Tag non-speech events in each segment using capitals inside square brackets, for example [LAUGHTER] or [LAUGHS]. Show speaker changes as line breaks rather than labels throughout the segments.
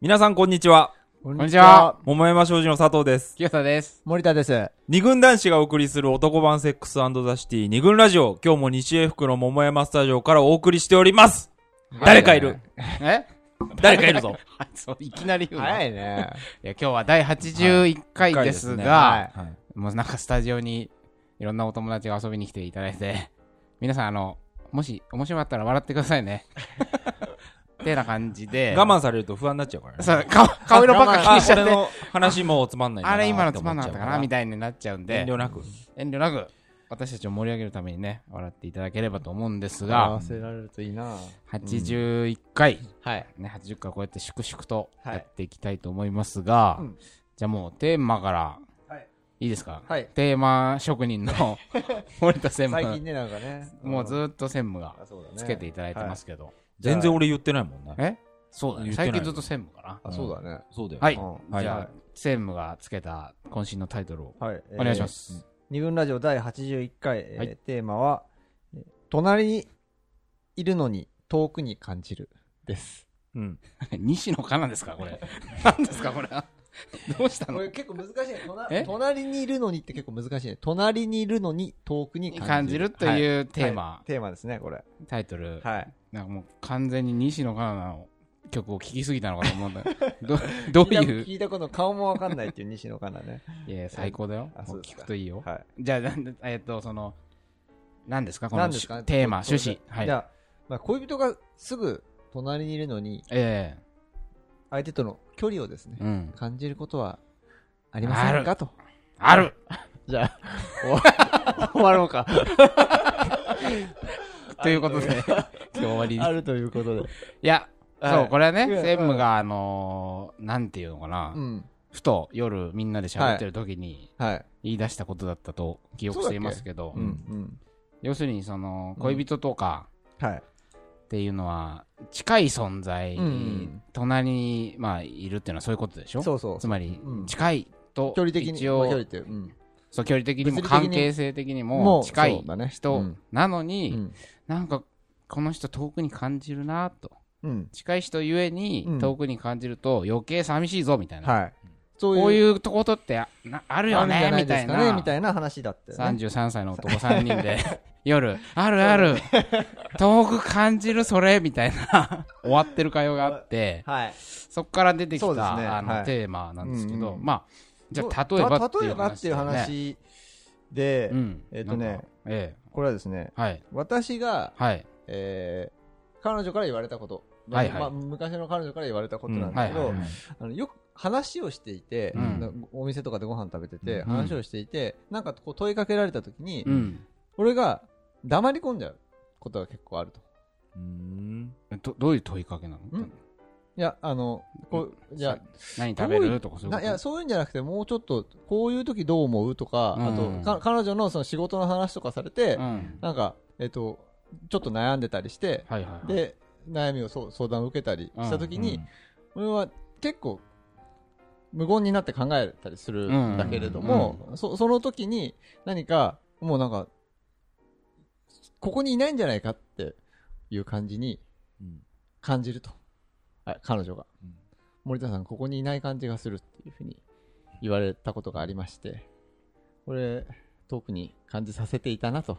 皆さんこんにちは。
こ
んにちは。
桃山商事の佐藤です。
清田です。
森田です。
二軍男子がお送りする男版セックスザシティ二軍ラジオ。今日も西英福の桃山スタジオからお送りしております。誰かいる。
え
誰かいるぞ。
あ [LAUGHS] そう、いきなり言うの。
早
い
い [LAUGHS] ね。
や、今日は第81回
はい
です
一回ですね
が、
はい。
もうなんかスタジオにいろんなお友達が遊びに来ていただいて、皆さんあの、もし面白かったら笑ってください [LAUGHS] ね。ってな感じで。
我慢されると不安になっちゃうからね。
そう、顔顔色ばっか気
あ
に、しちゃ
俺
って。
の話もうつまんないんだ
あ
な
れ今のつまんなかったかなみ
た
たいになっちゃうんで
遠、慮なく。
遠慮なく、私たちを盛り上げるためにね、笑っていただければと思うんですが、
忘れられるといいな。
81回、
はい。
ね、80回こうやって粛々と
はい
やっていきたいと思いますが、
うん
じゃあもうテーマから、
はい
い、いですか、
はい
テーマ職人の森田専
最近
務、
ね、なんかね。
もうず
っ
ーっと専務が
と
つけていただいてますけど、
全然俺言ってないもんね。
えそうだね
言ってない
最近ずっと専務かな
あ、そうだね。
そうだよ。
はい、
うん
はい
じゃ
は
あ専務がつけた渾身のタイトルを
はい。えー
お願いしま。す、 [LAUGHS]
二軍ラジオ第81回、えー
はい
テーマは、えー隣にいるのに遠くに感じる。です。
うん。
西野カナですかこれ何ですかこれど
[LAUGHS]
うしたの
結構難しいね。
え
隣にいるのにって結構難しいね。隣にいるのに遠くに
感じると
はい
いうテーマ、
はいテーマですね、これ。
タイトル、
はい。
なんかもう完全に西野カナの曲を聴きすぎたのかと思う
[LAUGHS]
んだどどういう
聞いたこと顔もわかんないっていう西野カナ
[LAUGHS]
ね。
いや最高だよ
あ。
も
そう
う
です
聞
か
くといいよ。
はい。
じゃあ、なんでえっと、その、何ですかこの
何ですか
テーマ、
そう
趣
そう
旨。はい
じ。ゃあ、まあ、恋人がすぐ隣にいるのに、
え
相手との距離をですね
え、うん。
感じることはありませんか
[LAUGHS]
と。
ある
じゃあ、お終わろうか。
ということで、 [LAUGHS] 今日終わりに。
あるということで。
いや、
は
そ、
いう
これは
うん
ね、専務が、あのー、なんていうのかな
う。ん。
ふと夜みんなで喋ってる時に
はい。
言い出したことだったと記憶していますけど
う、ん。うん。
要するに、その
う、ん
恋人とか
はい。
っていうのは、近い存在
うん、
隣に、まあ、いるっていうのはそういうことでしょ
そうそう
つ。まり
うん、
近いと、
距離的に、
一
ま
応
あ距離っていう。うん。
そう距離的に
物
も
理的に
関係性的に
も
も
う
近
そ
いう
だねう
人
ん
なの
う
に、
ん。
なんかこの人遠くに感じるなと
うん。
近い人ゆえに
うん
遠くに感じると余計寂しいぞみたいな、
はい。そう
こう
いう、
いうとことってあなある
あ
よ
るんじ
ね
ゃな
み
いで
たい
すか
な
ね、みたいな話だって。
33歳の男3
[LAUGHS]
人で夜あるある遠く感じるそれみたいな
[LAUGHS]
終わってる会話があって
はい。
そこから出てきた、
そうですね
あの
はい
テーマなんですけど、
うんうん
まあじゃあ
そう
例えばって
た例
い
え
う話、
ばっていう話で、
うん
えっとね
なんかえ
これはですね、
えはい
私が、
はい
えー彼女から言われたこと、
はいはい
まあ、昔の彼女から言われたことなんだけど、
うんはいはいはい
あのよく話をしていて、
うん
なお店とかでご飯食べてて、
うん
話をしていてなんかこう問いかけられた時に、
うん。
俺が黙り込んじゃうことが結構あると。
うーん。
ど、どういう問いかけなの
んいや、あの、こう、いや、
何食べ
どうい
るとかそういう
な
こ
いや、そういうんじゃなくて、もうちょっと、こういう時どう思うとか、
うん
あと、か彼女のその仕事の話とかされて、
とうん。
なんか、えっと、ちょっと悩んでたりして、
はいはい。、
で、悩みをそう相談を受けたりしたときに、俺は結構、無言になって考えたりするんだけれども、そその時に何か、もうなんか、ここにいないんじゃないかっていう感じに
うん
感じると。あ彼女が、
うん
森田さん、ここにいない感じがするっていうふうに言われたことがありまして、俺、遠くに感じさせていたなと、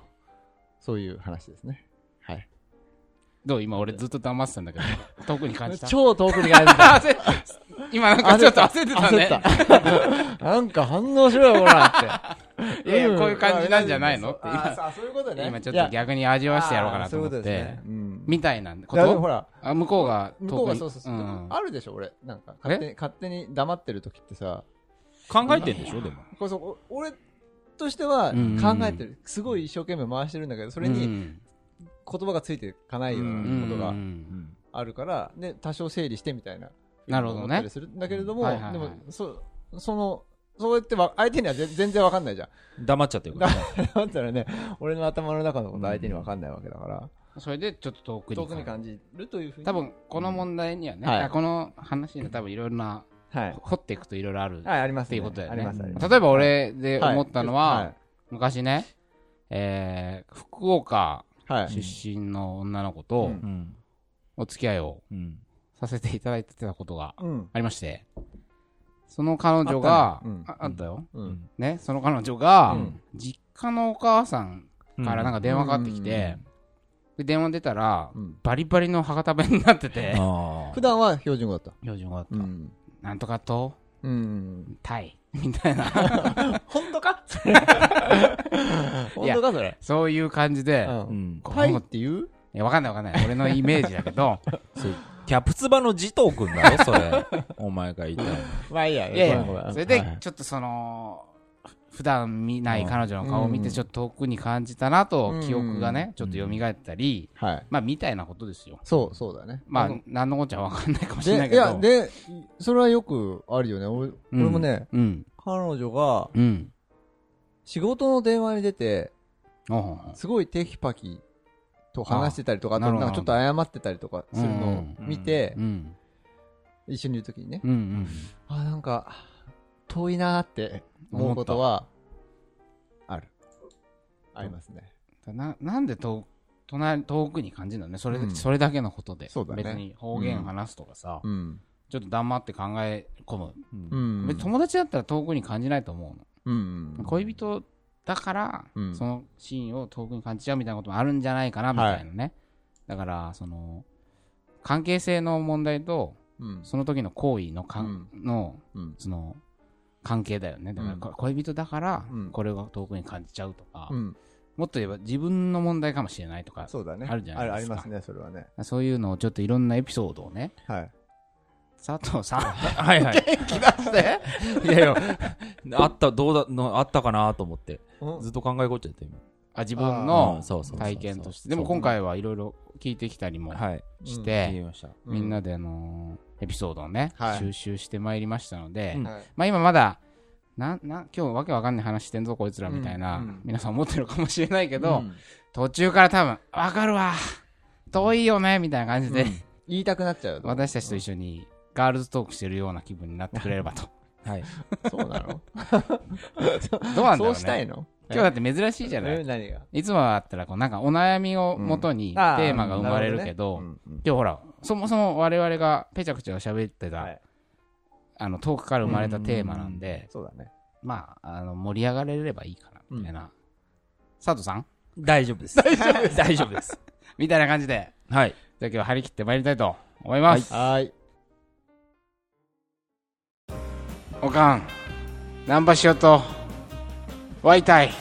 そういう話ですね。はい。
どう今俺ずっと黙ってたん
[LAUGHS]
だけど、遠くに感じた。
超遠くに感じた。
[LAUGHS] 焦っ今なんかちょっと焦ってたね。
焦った。なんか反応しろよ、ほらって。
[LAUGHS] いやこういう感じなんじゃないの
うん
って今
あそうあそういうことね。
今ちょっ
ギ
と
ャ
逆に味わしてやろうかなと
そ
思っ
ういうことですね。。
て
うん
みたいなこ
だからほ
と
ら、
あ、向こうが遠くに。
向こうがそうそうそう。
ん
あるでしょ、俺。なんか、勝手に、勝手に黙ってる時ってさ、
考えてんでしょでも。
こうそうお俺としては
うんうん
考えてる。すごい一生懸命回してるんだけど、それに
う
言
ん
葉がついていかないよう
うん
なことが
うん
あるから、で、多少整理してみたいな。
なるほど
思ったり
ね。
するんだけれども、
はいはいはい
でも、そ、その、そうやってわ相手にはぜ全然わかんないじゃん。 [LAUGHS]
黙っちゃってるからね。
だったらね、俺の頭の中のこと相手に分かんないわけだから、
それでちょっと遠くに。
遠くに感じるというふうに。
多、分この問題にはね、
はい
あこの話には多分いろいろな、
はい。
掘っていくといろいろある。
はい、あります、
っていうことだよね
あります、あります。
例えば俺で思ったのは、
い、
昔ね、えー福岡
はい。
出身の女の子と
うん
うん。
お付き合いを
うん。
させていただいてたことが
うん。
ありまして、その彼女が
あった、ねうん
ああったよ。
うん。
ね、その彼女が、
うん
実家のお母さんからなんか電話かかってきて、で電話出たら、
うん
バリバリの博多弁になって [LAUGHS] て、
あ
普段は標準語だった。
標準語だった。
うん。
なんとかと、
うん。
タイ、みたいな、
[LAUGHS] 本当か
い
本
や
当かそれ。
そういう感じで、
あ。うん。
こう
はいって言う
いやわかんないわかんない。俺のイメージだけ
[LAUGHS]
ど、
キャプツバの慈瞳くんだろ、それ。 [LAUGHS] お前が言いたいの。
まあいいや。
いやい
ごめんごめ
や、
ん
それ
はい
で、ちょっとその、ふ普段見ない彼女の顔を見
う
て、
ん
ちょっと遠くに感じたなと、記憶が
う
ね、ちょっと蘇ったり、
はい。
まあ、みたいなことですよ。
そう、そうだね。
ま
あ
あ
の、
何のこっちゃわかんないかもしれない
で、い
けど。
や、で、それはよくあるよね。俺
うん
俺もね、
うん。
彼女が
うん。
仕事の電話に出て、
おう
すごいテキパキと話してたりとか、あと
あ
なん
な
か
る
ちょ
ほ
っ
ど
と謝ってたりとかするのを見て
う、ん。
一緒にいるときにね、
うん。うん。
あ、なんか、遠いなーって思うことは、ある。ありますね。
ななんで遠隣遠くに感じるのねそれ,、
うん
それだけのことで
そうだね
別に方言話すとかさ、
うん。
ちょっと黙って考え込む、
うん。
別に友達だったら遠くに感じないと思うの、
うん。
恋人だから、
うん
そのシーンを遠くに感じちゃうみたいなこともあるんじゃないかなみたいなね、だからその関係性の問題と
うん。
その時の行為のかん、の
うん。
その関係だよねだから、
うん
こ恋人だから
うん
これが遠くに感じちゃうとか、
うん。
もっと言えば自分の問題かもしれないとか
そうだね。
あるじゃな
あ
いですか
るありますね、それはね。
そういうのをちょっといろんなエピソードをね、
はい。
佐藤さん。はいはい。
[LAUGHS] いやいや、あった、どうだ、のあったかなと思って。
うん
ずっと考えこっちゃって、今。
あ自分
う
の
んそうそうそうそう
体験として。でも今回はいろいろ聞いてきたりも
はい。
し
聞いて
て、
みました。
うん
みんなであのー、エピソードをね、
はい
収集してまいりましたので、
うん
はい
まあ今まだ、な、な、今日わけわかんない話してんぞ、こいつらみたいな、
うんうん
皆さん思ってるかもしれないけど、
うん
途中から多分、わかるわ遠いよねみたいな感じで、
言いたくなっちゃうと。
私たちと一緒にガールズトークしてるような気分になってくれればと。
はい。
そうなの
どうなんだ
[LAUGHS] そ
ろうね
うしたいの
今日だって珍しいじゃない
え何が
いつもだったらこうなんかお悩みをもとにテ
あー
ーマが生まれるけど、
なるほどねうんうん
今日ほらそもそも我々がペチャクチャ喋ってた、
はい
あの遠くから生まれたテーマなんで、
そうだね。
まああの盛り上がれればいいかなみたいな、佐藤さん
大丈夫です。大丈夫です。 [LAUGHS] 大丈夫です。
みたいな感じで
はい。
じゃあ今日は張り切ってまいりたいと思います、
はーい。
おかん難波しようとワイタイ